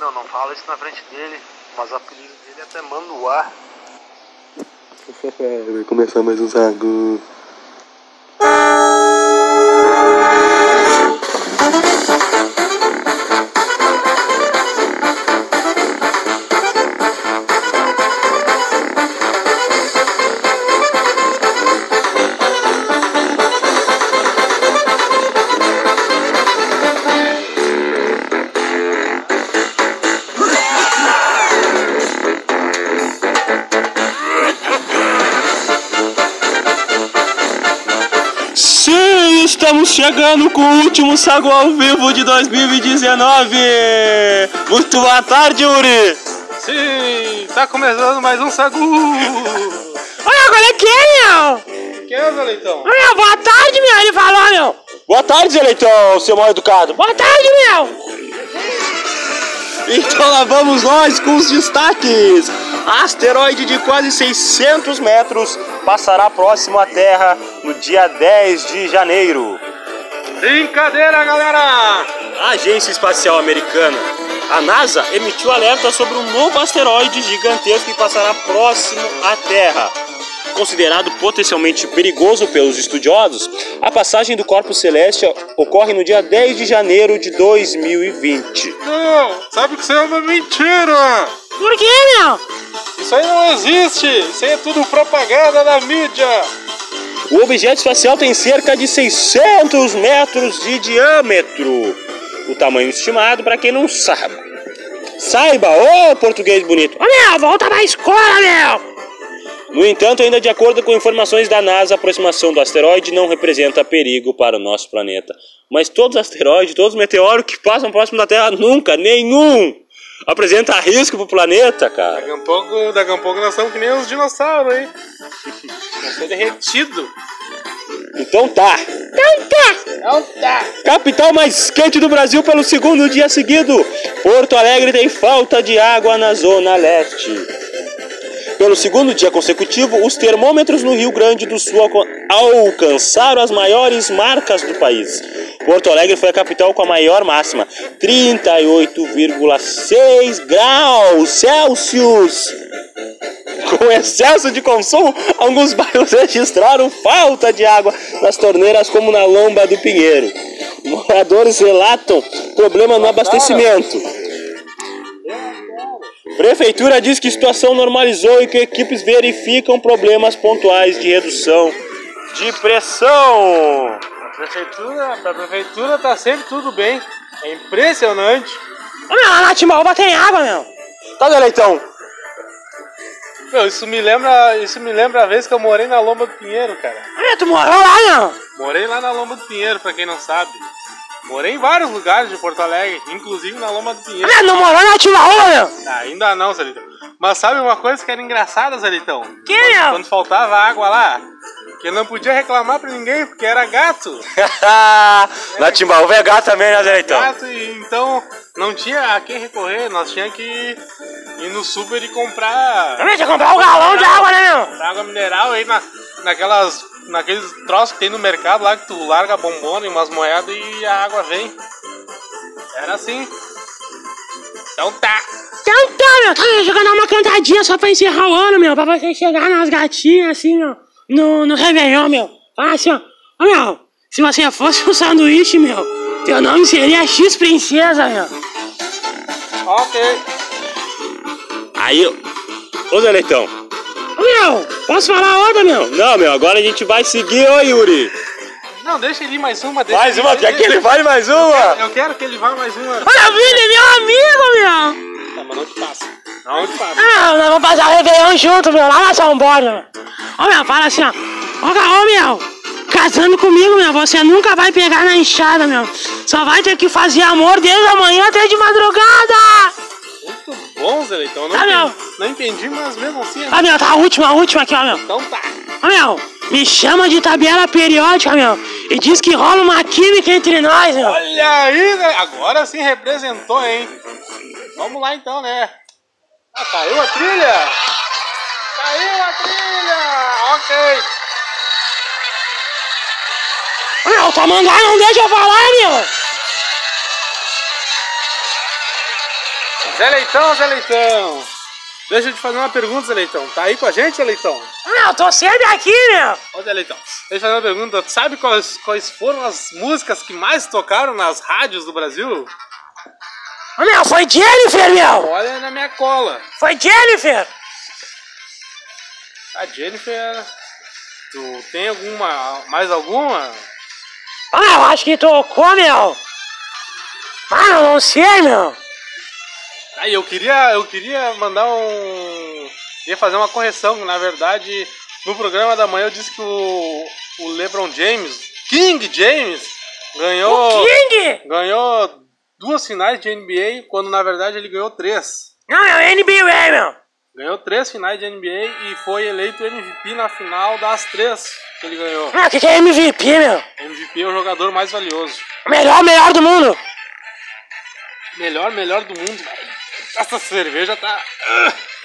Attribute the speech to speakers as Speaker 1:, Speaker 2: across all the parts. Speaker 1: Não, não fala isso na frente dele, mas o apelido dele é até Manduá.
Speaker 2: Vai começar mais um zago.
Speaker 3: Sim, estamos chegando com o último Sago ao vivo de 2019! Muito boa tarde, Uri!
Speaker 1: Sim, tá começando mais um Sagu!
Speaker 3: Olha, qual é que é, meu?
Speaker 1: Quem é, Zé Leitão?
Speaker 3: Olha, boa tarde, meu! Ele falou, meu! Boa tarde, Zé Leitão, seu mal educado! Boa tarde, meu! Então lá vamos nós com os destaques! Asteroide de quase 600 metros passará próximo à Terra no dia 10 de janeiro.
Speaker 1: Brincadeira, galera!
Speaker 3: A Agência Espacial Americana, a NASA, emitiu alerta sobre um novo asteroide gigantesco que passará próximo à Terra. Considerado potencialmente perigoso pelos estudiosos, a passagem do corpo celeste ocorre no dia 10 de janeiro de 2020.
Speaker 1: Não, sabe que isso é uma mentira!
Speaker 3: Por quê, meu?
Speaker 1: Isso aí não existe! Isso aí é tudo propaganda da mídia!
Speaker 3: O objeto espacial tem cerca de 600 metros de diâmetro. O tamanho estimado, para quem não sabe. Saiba, ô português bonito. Ô meu, volta na escola, meu! No entanto, ainda de acordo com informações da NASA, a aproximação do asteroide não representa perigo para o nosso planeta. Mas todos os asteroides, todos os meteoros que passam próximo da Terra, nunca, nenhum, apresenta risco para o planeta, cara.
Speaker 1: Daqui a pouco, daqui a pouco nós somos que nem os dinossauros, hein? Tá Nós somos derretido.
Speaker 3: Então tá. Então tá.
Speaker 1: Não tá!
Speaker 3: Capital mais quente do Brasil pelo segundo dia seguido. Porto Alegre tem falta de água na zona leste. Pelo segundo dia consecutivo, os termômetros no Rio Grande do Sul alco- alcançaram as maiores marcas do país. Porto Alegre foi a capital com a maior máxima, 38,6 graus Celsius. Com excesso de consumo, alguns bairros registraram falta de água nas torneiras, como na Lomba do Pinheiro. Moradores relatam problema no abastecimento. Prefeitura diz que situação normalizou e que equipes verificam problemas pontuais de redução de pressão.
Speaker 1: A prefeitura, pra prefeitura tá sempre tudo bem. É impressionante.
Speaker 3: Ô meu, lá na Timbaúba tem água, meu. Tá, Deleitão?
Speaker 1: Meu, isso me lembra, isso me lembra a vez que eu morei na Lomba do Pinheiro, cara.
Speaker 3: Olha, tu morou lá, meu.
Speaker 1: Morei lá na Lomba do Pinheiro, pra quem não sabe. Morei em vários lugares de Porto Alegre, inclusive na Lomba do Pinheiro.
Speaker 3: Ah, não morou na Timbaúba, meu.
Speaker 1: Ah, ainda não, Zelitão. Mas sabe uma coisa que era engraçada, Zelitão?
Speaker 3: Que, meu?
Speaker 1: Quando faltava água lá, que eu não podia reclamar pra ninguém, porque era gato.
Speaker 3: na Timbaúba é gato também, né, Deleitão?
Speaker 1: Gato, e então não tinha a quem recorrer, nós tínhamos que ir no super e comprar
Speaker 3: Também tinha que comprar um galão de água, né, meu?
Speaker 1: água mineral aí na, naquelas. Naqueles troços que tem no mercado lá que tu larga a bombona e umas moedas e a água vem. Era assim. Então tá.
Speaker 3: Então tá, meu, tá jogando uma cantadinha só pra encerrar o ano, meu, pra você chegar nas gatinhas, assim, meu, no, no Réveillon, meu. Fala assim, ó, Ô, meu, se você fosse um sanduíche, meu, teu nome seria X Princesa, meu.
Speaker 1: Ok.
Speaker 3: Aí, ô Zé Leitão. Meu, posso falar outra, meu? Não, meu, agora a gente vai seguir, ô Yuri.
Speaker 1: Não, deixa ele ir mais uma. Deixa ele-
Speaker 3: é vale mais uma?
Speaker 1: Eu quero que ele vá mais uma.
Speaker 3: Olha, Vini, meu amigo, meu.
Speaker 1: Tá, mas não te passa. Não te passa.
Speaker 3: Ah, nós vamos passar o Réveillon junto, meu, lá na São Borja, meu. Ô, meu, fala assim, ó. Ô, ga- ô, meu, casando comigo, meu, você nunca vai pegar na enxada, meu. Só vai ter que fazer amor desde amanhã até de madrugada.
Speaker 1: Muito bom, Zé Leitão. então Não,
Speaker 3: Ah, não.
Speaker 1: entendi, não entendi, mas mesmo assim.
Speaker 3: Ah, meu, tá a última, a última aqui, ó, meu.
Speaker 1: Então tá.
Speaker 4: Ah,
Speaker 3: Ô, meu, me chama de tabela periódica, meu. E diz que rola uma química entre nós, meu.
Speaker 1: Olha aí, né? Agora sim representou, hein? Vamos lá então, né? Ah, caiu a trilha! Caiu a trilha! Ok!
Speaker 4: Ah,
Speaker 3: Ô, Meu, o Tamandá não deixa eu falar, meu!
Speaker 1: Zé Leitão, Zé Leitão. Deixa eu te fazer uma pergunta, Zé Leitão. Tá aí com a gente, Zé Leitão?
Speaker 4: Ah, Meu, tô sempre aqui, meu.
Speaker 1: Ô, Zé Leitão, deixa eu fazer uma pergunta. Tu sabe quais, quais foram as músicas que mais tocaram nas rádios do Brasil?
Speaker 4: Ô, Ah, Meu, foi Jennifer, meu.
Speaker 1: Olha na minha cola.
Speaker 4: Foi Jennifer.
Speaker 1: A Jennifer... Tu tem alguma... mais alguma?
Speaker 4: Ô, Ah, meu, acho que tocou, meu. Mano, não sei, meu.
Speaker 1: Aí eu queria, eu queria mandar um. Queria fazer uma correção, que na verdade, no programa da manhã eu disse que o, o LeBron James, King James,
Speaker 4: O
Speaker 1: ganhou.
Speaker 4: King.
Speaker 1: Ganhou duas finais de NBA, quando na verdade ele ganhou três.
Speaker 4: Não, Ah, meu, NBA, meu.
Speaker 1: Ganhou três finais de NBA e foi eleito MVP na final das três que ele ganhou.
Speaker 4: Meu, o que, que é MVP, meu?
Speaker 1: MVP é o jogador mais valioso.
Speaker 4: O melhor, melhor do mundo.
Speaker 1: Melhor, melhor do mundo. Essa cerveja tá.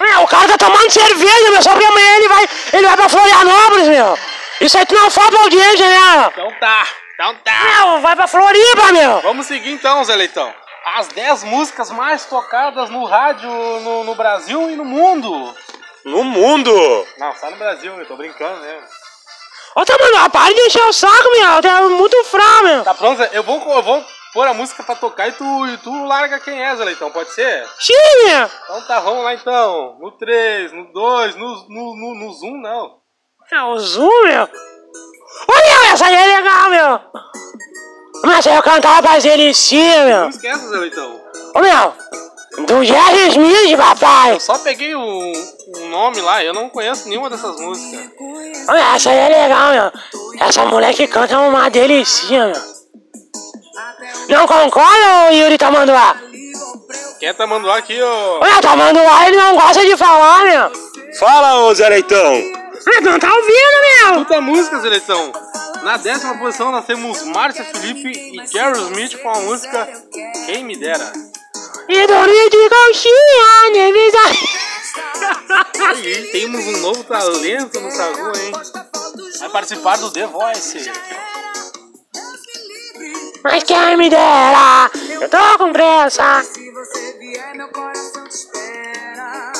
Speaker 4: Meu, o cara tá tomando cerveja, meu. Só porque amanhã ele vai, ele vai pra Florianópolis, meu. Isso aí tu não fala pra audiência, né?
Speaker 1: Então tá, então tá.
Speaker 4: Meu, vai pra Floripa, meu.
Speaker 1: Vamos seguir então, Zé Leitão. As 10 músicas mais tocadas no rádio no, no Brasil e no mundo.
Speaker 3: No mundo!
Speaker 1: Não, só no Brasil, eu tô brincando, né?
Speaker 4: Ô, tá, mano, para de encher o saco, meu. Tá muito fraco, meu.
Speaker 1: Tá pronto, Zé? Eu vou, eu vou pôr a música pra tocar e tu, e tu larga quem é, Zé Leitão, pode ser?
Speaker 4: Sim, meu.
Speaker 1: Então tá, vamos lá então. No 3, no 2, no, no, no, no Zoom, não.
Speaker 4: É o Zoom, meu. Ô, meu, essa aí é legal, meu. Mas eu cantava pra Zelicinha,
Speaker 1: Não
Speaker 4: meu.
Speaker 1: esquece, Zé Leitão.
Speaker 4: Ô, meu. Do Jerry Smith, papai.
Speaker 1: Eu só peguei o, o nome lá, eu não conheço nenhuma dessas músicas.
Speaker 4: Ô, meu, essa aí é legal, meu. Essa mulher que canta é uma delicinha, meu. Não concorda, ô, Yuri Tamanduá?
Speaker 1: Quem tá mandando aqui, ô.
Speaker 4: Ô, meu, Tamanduá, ele não gosta de falar, meu.
Speaker 3: Fala, ô Zé Leitão!
Speaker 4: Mas não tá ouvindo, meu.
Speaker 1: Puta música, seleção! Na décima posição nós temos Márcia Felipe e Gary Smith com a música Quem Me Dera.
Speaker 4: E dormir É de conchinha, nevisa.
Speaker 1: E temos um novo talento no Sagu, Tá hein? Vai participar do The Voice.
Speaker 4: Mas quem me dera, eu tô com pressa.
Speaker 5: Se você vier, meu coração te espera.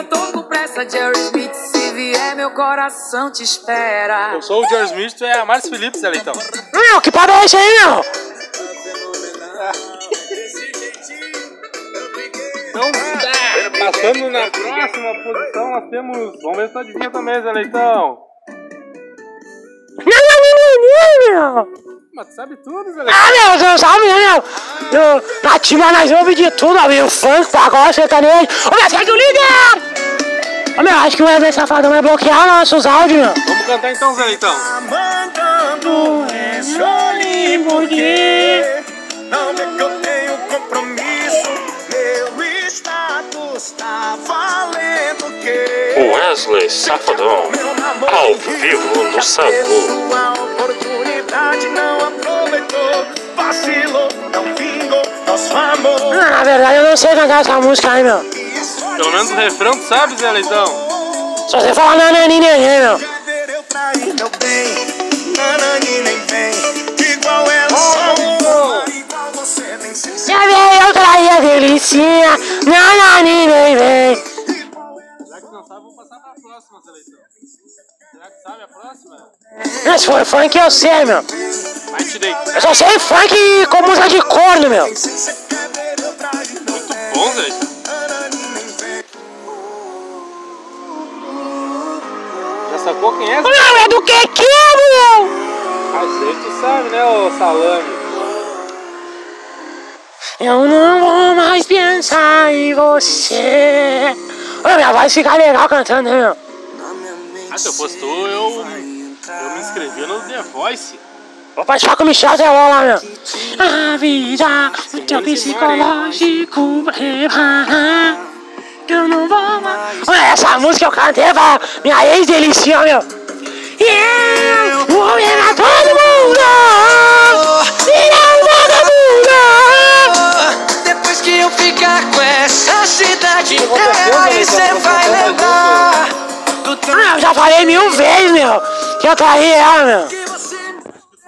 Speaker 5: Eu tô com pressa, Jerry Smith. Se vier, meu coração te espera.
Speaker 1: Eu sou o Gary Smith, tu é a Márcia Felipe, seleção.
Speaker 4: Meu, que papo é esse aí, meu?
Speaker 1: Então, passando na próxima posição nós temos... Vamos ver se tu adivinha também, seleção.
Speaker 4: Não, não, não, não, não, meu.
Speaker 1: Mas tu sabe tudo,
Speaker 4: Ah,
Speaker 1: seleção.
Speaker 4: meu, você não sabe, né, meu? Eu, na tima nós vamos de tudo, meu. Funk, pagode, sertanejo. Ô, meu, segue o líder! Ô, meu, acho que é o Wesley Safadão vai bloquear nossos áudios, meu.
Speaker 1: Vamos cantar então, seleção.
Speaker 6: Mandando esse olhinho porque Não é que eu tenho compromisso Meu status tá valendo que
Speaker 7: Wesley Safadão,
Speaker 6: Meu namoro
Speaker 7: ao
Speaker 6: fingiu
Speaker 7: vivo no
Speaker 6: que a
Speaker 7: Sagu.
Speaker 6: pessoa, A oportunidade não aproveitou Vacilou, não vingou nosso amor
Speaker 4: Ah, na verdade, eu não sei cantar essa música aí, meu.
Speaker 1: Pelo menos o refrão tu sabe, seleção.
Speaker 4: Se você falar nanani, neném, meu.
Speaker 6: Ver eu trair meu bem Nanani nem vem Igual ela só um uma Igual você nem se
Speaker 4: Já veio, eu traí a delicinha. Nanani, vem, vem.
Speaker 1: Já que não sabe, vou passar pra próxima, seleção. Será que sabe a próxima?
Speaker 4: Mas se for funk, eu sei, meu.
Speaker 1: Vai, te dei.
Speaker 4: Eu só sei funk com música de corno, meu.
Speaker 1: Bom, Zé. Já sacou quem é?
Speaker 4: Ô, meu, é do que que, meu?
Speaker 1: Azeite tu sabe, né, ô salame?
Speaker 4: Eu não vou mais pensar em você. Ô, minha voz fica legal cantando, né, meu?
Speaker 1: Ah, se eu fosse tu, eu, eu me inscrevi no The Voice.
Speaker 4: Vou participar com o Michel Teló lá, meu. A vida do teu psicológico preparar. Eu não vou mais. Olha, essa música eu cantei pra minha ex-delicinha, meu. E eu vou virar todo mundo! Virar um vagabundo!
Speaker 5: Depois que eu ficar com essa cidade,
Speaker 1: vou pra cama,
Speaker 5: aí
Speaker 1: Leitão,
Speaker 5: cê
Speaker 1: vou pra né? cama,
Speaker 5: vai lembrar. Do
Speaker 4: Ah, eu já falei mil vezes, é, meu, que eu traí ela, meu.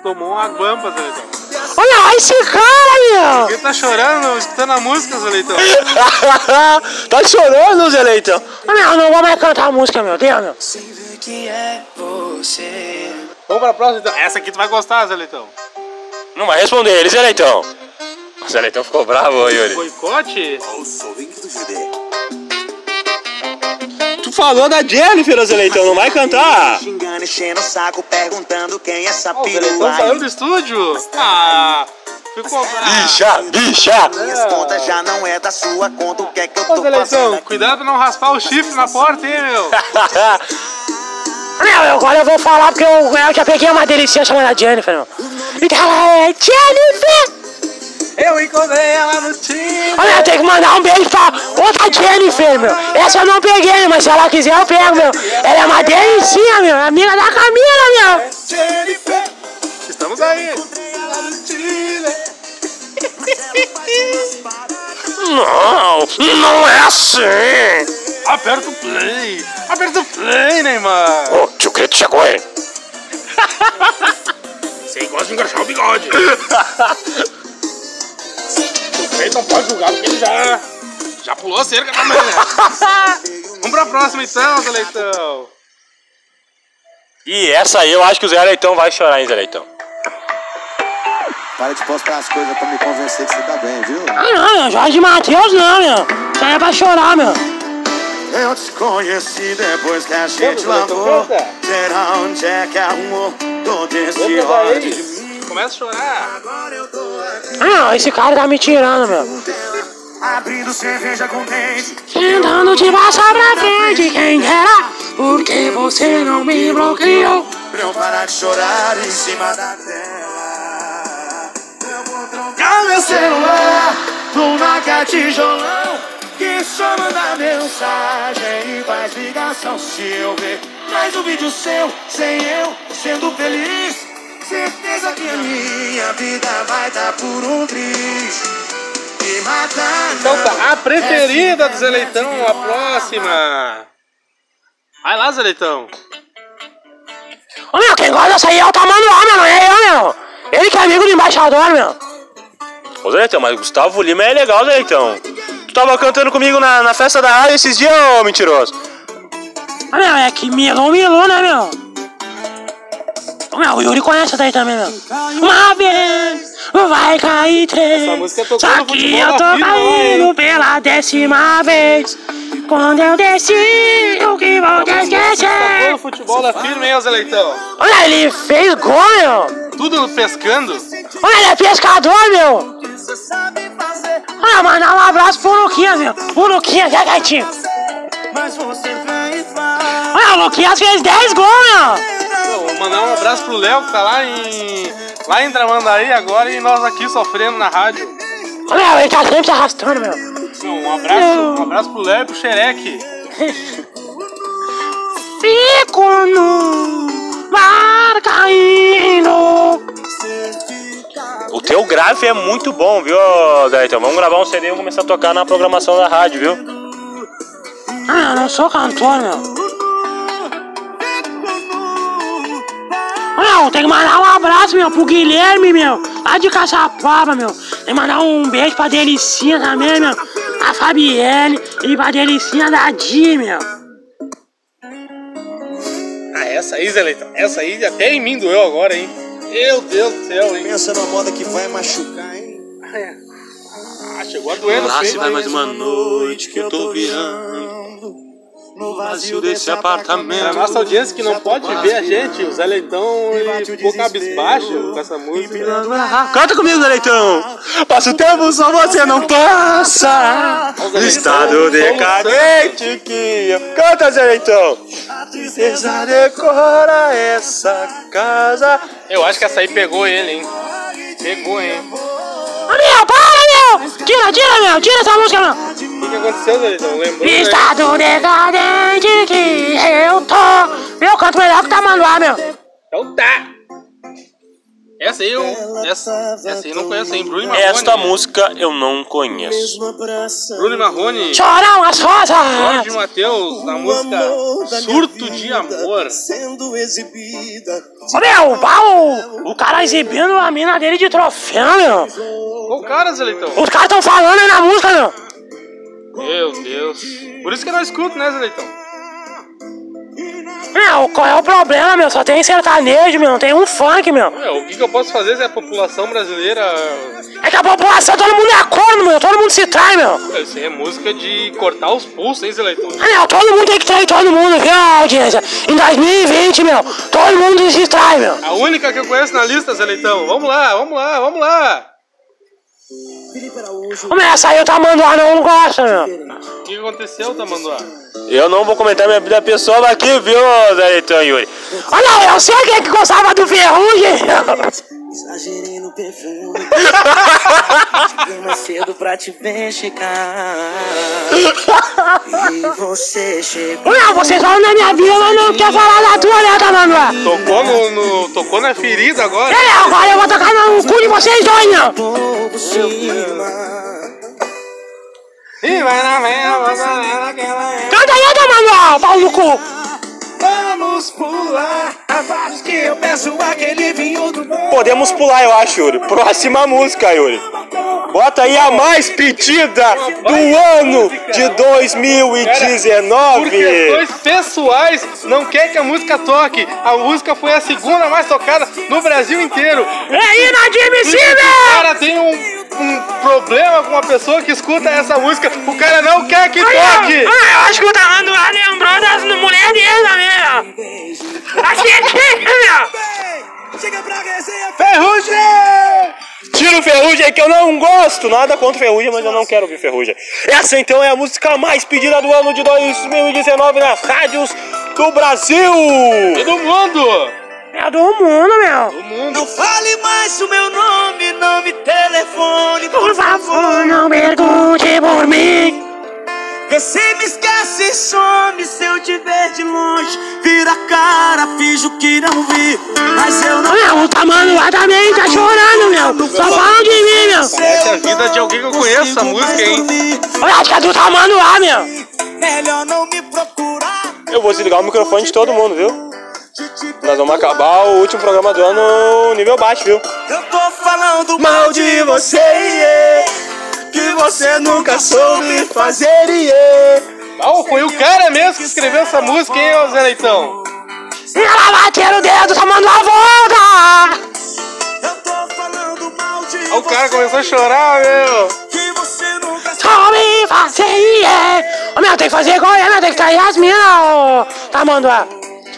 Speaker 1: Tomou uma guampa, Zé Leitão.
Speaker 4: Olha esse cara,
Speaker 1: Ele tá chorando, escutando a música, seu leitão.
Speaker 3: meu! tá chorando, Zé Leitão.
Speaker 4: meu! Meu, não vou mais cantar a música, meu Deus, meu.
Speaker 1: Vamos pra próxima então. Essa aqui tu vai gostar, Zé Leitão.
Speaker 3: Não vai responder ele, Zé Leitão. O Zé Leitão ficou bravo, ô, Yuri.
Speaker 1: Boicote?
Speaker 3: Tu falou da Jennifer, ô, Zé Leitão, não vai cantar.
Speaker 6: Xingando, enchendo o saco, perguntando quem é essa
Speaker 1: Ô, Zé Leitão saiu do estúdio. Ah, ficou bravo.
Speaker 3: Bicha, bicha.
Speaker 6: Minhas contas já não é da sua conta, o que é que eu
Speaker 1: Ô,
Speaker 6: tô
Speaker 1: Zé
Speaker 6: fazendo
Speaker 1: Leitão,
Speaker 6: aqui?
Speaker 1: cuidado pra não raspar o chifre na porta, hein, meu.
Speaker 4: Meu, agora eu vou falar porque eu, eu já peguei uma delícia chamada Jennifer, meu. E ela é Jennifer!
Speaker 1: Eu encontrei ela no time.
Speaker 4: Olha, eu tenho que mandar um beijo pra outra Jennifer, meu. Essa eu não peguei, mas se ela quiser eu pego, meu. Ela é uma delícia, meu. É amiga da Camila, meu.
Speaker 1: Estamos aí.
Speaker 3: Não, não é assim.
Speaker 1: Aperta o play. Aperta o play, Neymar.
Speaker 3: Ô, tio Grito chegou, hein?
Speaker 1: Você gosta de engraxar o bigode. Ele não pode julgar porque ele já, já pulou a cerca também. né? Vamos pra próxima então, Zé Leitão.
Speaker 3: E essa aí eu acho que o Zé Leitão vai chorar, hein, Zé Leitão.
Speaker 8: Para de postar as coisas pra me convencer que você tá bem, viu?
Speaker 4: Ah, não, meu. Jorge Matheus não, meu. Isso aí é pra chorar, meu.
Speaker 6: Eu te conheci depois que a gente lavou. Será onde é que arrumou todo esse ódio de mim?
Speaker 1: Começa a chorar.
Speaker 4: Ah, não, esse cara tá me tirando, meu.
Speaker 6: Abrindo cerveja com dente.
Speaker 4: Tentando te passar pra frente, quem dera. Porque você não me bloqueou.
Speaker 6: Pra eu parar de chorar em cima da tela. Eu vou trocar meu celular por marca tijolão. Que só manda mensagem e faz ligação se eu ver. Mais um vídeo seu, sem eu, sendo feliz. Certeza que a minha vida vai dar por um triz. Me matar.
Speaker 1: Então
Speaker 6: não.
Speaker 1: tá, a preferida do Zé Leitão, a próxima. Vai lá, Zé Leitão.
Speaker 4: Ô, meu, quem gosta dessa aí é o Tamanduá, meu. Não é eu, meu. Ele que é amigo do embaixador, meu.
Speaker 3: Ô, Zé Leitão, mas Gustavo Lima é legal, Zé Leitão. Tu tava cantando comigo na, na festa da rádio esses dias, ô mentiroso.
Speaker 4: Ah, meu, é que Milon Milon, né, meu? Ô, Meu, o Yuri conhece essa daí também, meu. Uma vez, vai cair três.
Speaker 1: Essa música tocou
Speaker 4: Só
Speaker 1: no
Speaker 4: que
Speaker 1: futebol da
Speaker 4: eu tô
Speaker 1: Vila,
Speaker 4: caindo
Speaker 1: hein?
Speaker 4: pela décima vez. Quando eu decido que vou te
Speaker 1: Todo
Speaker 4: esquecer.
Speaker 1: futebol é firme, hein, Zé Leitão.
Speaker 4: Olha, ele fez gol, meu.
Speaker 1: Tudo pescando.
Speaker 4: Olha, ele é pescador, meu. Olha, mandar um abraço pro Luquinhas, meu. O Luquinhas, é gatinho.
Speaker 6: Mas você vem e fala.
Speaker 4: Olha, o Luquinhas fez 10 gols, meu.
Speaker 1: Então, vou mandar um abraço pro Léo que tá lá em. Lá em Tramandaí agora e nós aqui sofrendo na rádio.
Speaker 4: Ô, Meu, ele tá sempre se arrastando, meu.
Speaker 1: Um abraço, um abraço pro Léo e pro Xereque.
Speaker 4: Fico no mar caindo.
Speaker 3: O teu grave é muito bom, viu, Zé Leitão? Vamos gravar um CD e vamos começar a tocar na programação da rádio, viu?
Speaker 4: Ah, eu não sou cantor, meu. Meu, tem que mandar um abraço, meu, pro Guilherme, meu. Lá de Caçapava, meu. Tem que mandar um beijo pra Delicinha também, meu. A Fabielle e pra Delicinha da Di, meu.
Speaker 1: Ah, essa aí, Zé Leitão. Essa aí até em mim doeu agora, hein? Meu Deus do céu, hein?
Speaker 8: Pensa numa é moda que vai machucar, hein?
Speaker 1: Ah, chegou a doer no peito.
Speaker 3: uma noite que eu tô virando
Speaker 6: No vazio desse apartamento.
Speaker 1: A nossa audiência que não pode ver a gente, o Zé Leitão ele ficou cabisbaixo com essa música.
Speaker 3: Ah, Canta comigo, Zé Leitão! Passa o tempo, só você não passa! Tá Estado decadente que... eu- Canta, Zé Leitão! Tristeza decora essa casa...
Speaker 1: Eu acho que essa aí pegou ele, hein? Pegou, hein?
Speaker 4: Ô, meu, para, meu! Tira, tira, meu, tira essa música, meu.
Speaker 1: O que, que aconteceu, Zé Leitão? Lembrou? né?
Speaker 4: Estado decadente que tá eu tô. Meu, canto melhor que o Tamanduá, meu.
Speaker 1: Então tá! Essa aí eu. Essa, essa aí eu não conheço, hein? Bruno Marrone.
Speaker 3: Esta música eu não conheço.
Speaker 1: Bruno Marrone,
Speaker 4: Chorão as rosas!
Speaker 1: Jorge Matheus, na música Surto de Amor.
Speaker 6: Sendo exibida.
Speaker 4: Ô, meu, pau! O cara exibindo a mina dele de troféu, meu!
Speaker 1: Qual cara, Zé Leitão?
Speaker 4: Os caras tão falando aí na música, meu!
Speaker 1: Meu Deus. Por isso que eu não escuto, né, Zé Leitão?
Speaker 4: Meu, qual é o problema, meu? Só tem sertanejo, meu, não tem um funk, meu!
Speaker 1: Meu, o que, que eu posso fazer se a população brasileira.
Speaker 4: É que a população, todo mundo é corno, meu, todo mundo se trai, meu!
Speaker 1: Meu, Isso aí é música de cortar os pulsos, hein, Zé Leitão?
Speaker 4: Ah, meu, todo mundo tem que trair todo mundo, viu, audiência? Em 2020, meu, todo mundo se trai, meu!
Speaker 1: A única que eu conheço na lista, Zé Leitão. Vamos lá, vamos lá, vamos lá.
Speaker 4: Ô, meu, essa aí eu tamanduá não gosta, meu!
Speaker 1: O que que aconteceu, Tamanduá?
Speaker 3: Eu não vou comentar minha vida pessoal aqui, viu, Zé Leitão e Yuri?
Speaker 4: Ô, não, eu sei quem é que gostava do ferrugem, meu!
Speaker 6: Exagerei no perfume. Cheguei mais cedo pra te ver chegar. E você chegou.
Speaker 4: Ô, meu, vocês falam da minha vida, mas não quer falar da tua, né, tamanduá?
Speaker 1: Tocou no, no- tocou na ferida agora?
Speaker 4: É, meu, agora eu vou tocar no cu de vocês dois, meu!
Speaker 6: Pouco cima.
Speaker 1: Ih, vai na merda, vai na merda, aquela é.
Speaker 4: Canta aí, tamanduá, pau no cu!
Speaker 6: Vamos pular. Abaixo que eu peço aquele vinho do bom.
Speaker 3: Podemos pular, eu acho, Yuri. Próxima música, Yuri. Bota aí a mais pedida do ano de
Speaker 1: Por
Speaker 3: 2019.
Speaker 1: questões pessoais, não quer que a música toque. A música foi a segunda mais tocada no Brasil inteiro.
Speaker 4: É
Speaker 1: E se
Speaker 4: inadmissível!
Speaker 1: o cara tem um, um problema com uma pessoa que escuta essa música, o cara não quer que toque.
Speaker 4: Ah, eu acho que o Tamando lá lembrou das mulheres dele também, meu! Aqui é meu!
Speaker 6: Chega pra resenha.
Speaker 3: Ferrugem! Tira o Ferrugem que eu não gosto. Nada contra o Ferrugem, mas eu não quero ouvir Ferrugem. Essa então é a música mais pedida do ano de 2019 nas rádios do Brasil.
Speaker 1: Todo mundo!
Speaker 4: É do mundo, meu!
Speaker 1: Todo mundo!
Speaker 6: Fale mais o meu nome, não me telefone.
Speaker 4: Por favor, não pergunte por mim!
Speaker 6: Você me esquece e some se eu te ver de longe. Vira a cara, finjo que não vi. Mas eu não.
Speaker 4: Meu, é o Tamando lá também tá chorando, meu! Só falam de mim, meu!
Speaker 1: Parece é a vida de alguém que eu conheço, essa
Speaker 6: consigo mais
Speaker 1: música, hein?
Speaker 6: dormir.
Speaker 4: Olha, acho que é do Tamando lá, meu!
Speaker 6: Melhor não me procurar.
Speaker 3: Eu vou desligar o microfone de todo mundo, viu? Nós vamos acabar o último programa do ano nível baixo, viu?
Speaker 6: Eu tô falando mal de você, iê, que você nunca soube fazer, iê.
Speaker 1: Ah, foi o cara mesmo que escreveu essa música, hein, ô Zé Leitão?
Speaker 4: Ela bater o dedo, Tamando lá volta!
Speaker 6: Eu tô falando mal de
Speaker 1: Ah, o cara
Speaker 6: você,
Speaker 1: começou a chorar, meu!
Speaker 6: que você nunca
Speaker 4: Só me fazer, é! Ô, meu, tem que fazer igual é, meu! Tem que trair as minas, ô Tamando lá!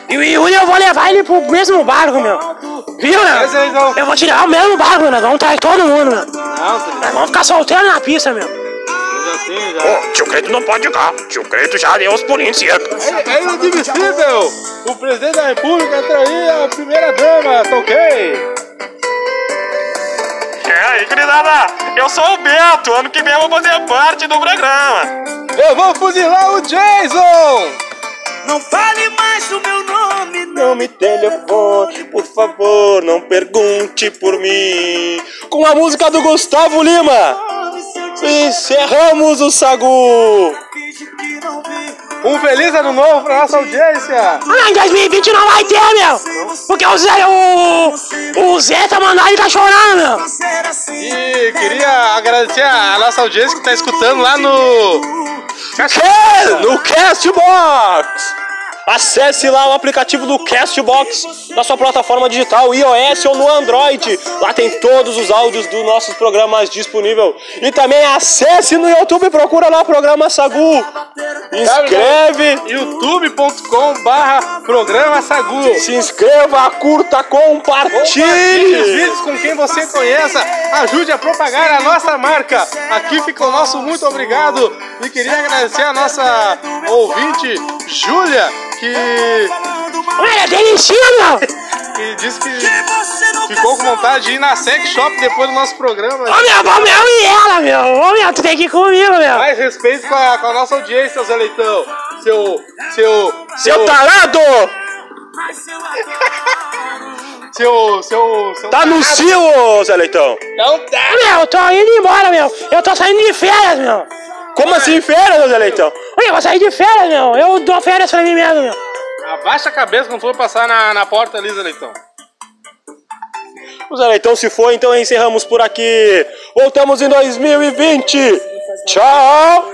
Speaker 4: E o Yuri, eu vou levar ele pro mesmo barco, meu! Viu,
Speaker 1: É, Zé
Speaker 4: meu?
Speaker 1: Leitão?
Speaker 4: Eu vou tirar o mesmo barco, meu! Nós vamos trair todo mundo,
Speaker 1: Não, Zé
Speaker 4: meu!
Speaker 1: Leitão,
Speaker 4: Nós vamos ficar solteiro na pista, meu.
Speaker 1: já tem, já.
Speaker 3: tio Credo não pode jogar. Tio Credo já deu os pulinhos
Speaker 1: É, é inadmissível! O presidente da república trair a primeira dama, tá ok?
Speaker 3: É aí, grisada. Eu sou o Beto. Ano que vem eu vou fazer parte do programa.
Speaker 1: Eu vou fuzilar o Jason!
Speaker 6: Não fale mais o meu nome, não.
Speaker 3: Não me telefone, por favor. Não pergunte por mim. Com a música do Gustavo Lima.
Speaker 6: Se eu te
Speaker 3: Encerramos o Sagu.
Speaker 6: finge que não vi.
Speaker 1: Um feliz ano novo pra nossa audiência!
Speaker 4: Ah, em 2020 não vai ter, meu. Porque o Zé, o, o Zé tá mandando ele tá chorando, meu.
Speaker 6: Ser assim.
Speaker 1: E queria agradecer a nossa audiência que tá escutando lá no.
Speaker 3: Que? No Castbox! Acesse lá o aplicativo do Castbox na sua plataforma digital, iOS ou no Android. Lá tem todos os áudios dos nossos programas disponível. E também acesse no YouTube, procura lá o programa Sagu. Inscreve,
Speaker 1: youtube.com/barra programa Sagu.
Speaker 3: se inscreva, curta,
Speaker 1: Compartilhe os
Speaker 3: compartilhe.
Speaker 1: vídeos com quem você conheça. Ajude a propagar a nossa marca. Aqui fica o nosso muito obrigado. E queria agradecer a nossa ouvinte, Júlia, que,
Speaker 4: Olha, é delicinha, meu.
Speaker 1: que disse que ficou com vontade de ir na sex shop depois do nosso programa.
Speaker 4: Ô, meu, vamos eu e ela, meu. Ô, meu, tu tem que ir comigo, meu.
Speaker 1: Mais respeito com a, com a nossa audiência, Zé Leitão. Seu. Seu.
Speaker 3: Seu tarado!
Speaker 1: Seu. Seu. seu
Speaker 3: Tá no cio, ô Zé Leitão.
Speaker 1: Então tá!
Speaker 4: Meu, eu tô indo embora, meu. Eu tô saindo de férias, meu.
Speaker 3: Como assim, férias, ô Zé Leitão?
Speaker 4: Ui, eu vou sair de férias, meu. Eu dou férias pra mim mesmo, meu.
Speaker 1: Abaixa a cabeça quando for passar na, na porta ali, Zé Leitão.
Speaker 3: O Zé Leitão se foi, então encerramos por aqui. Voltamos em 2020. Tchau.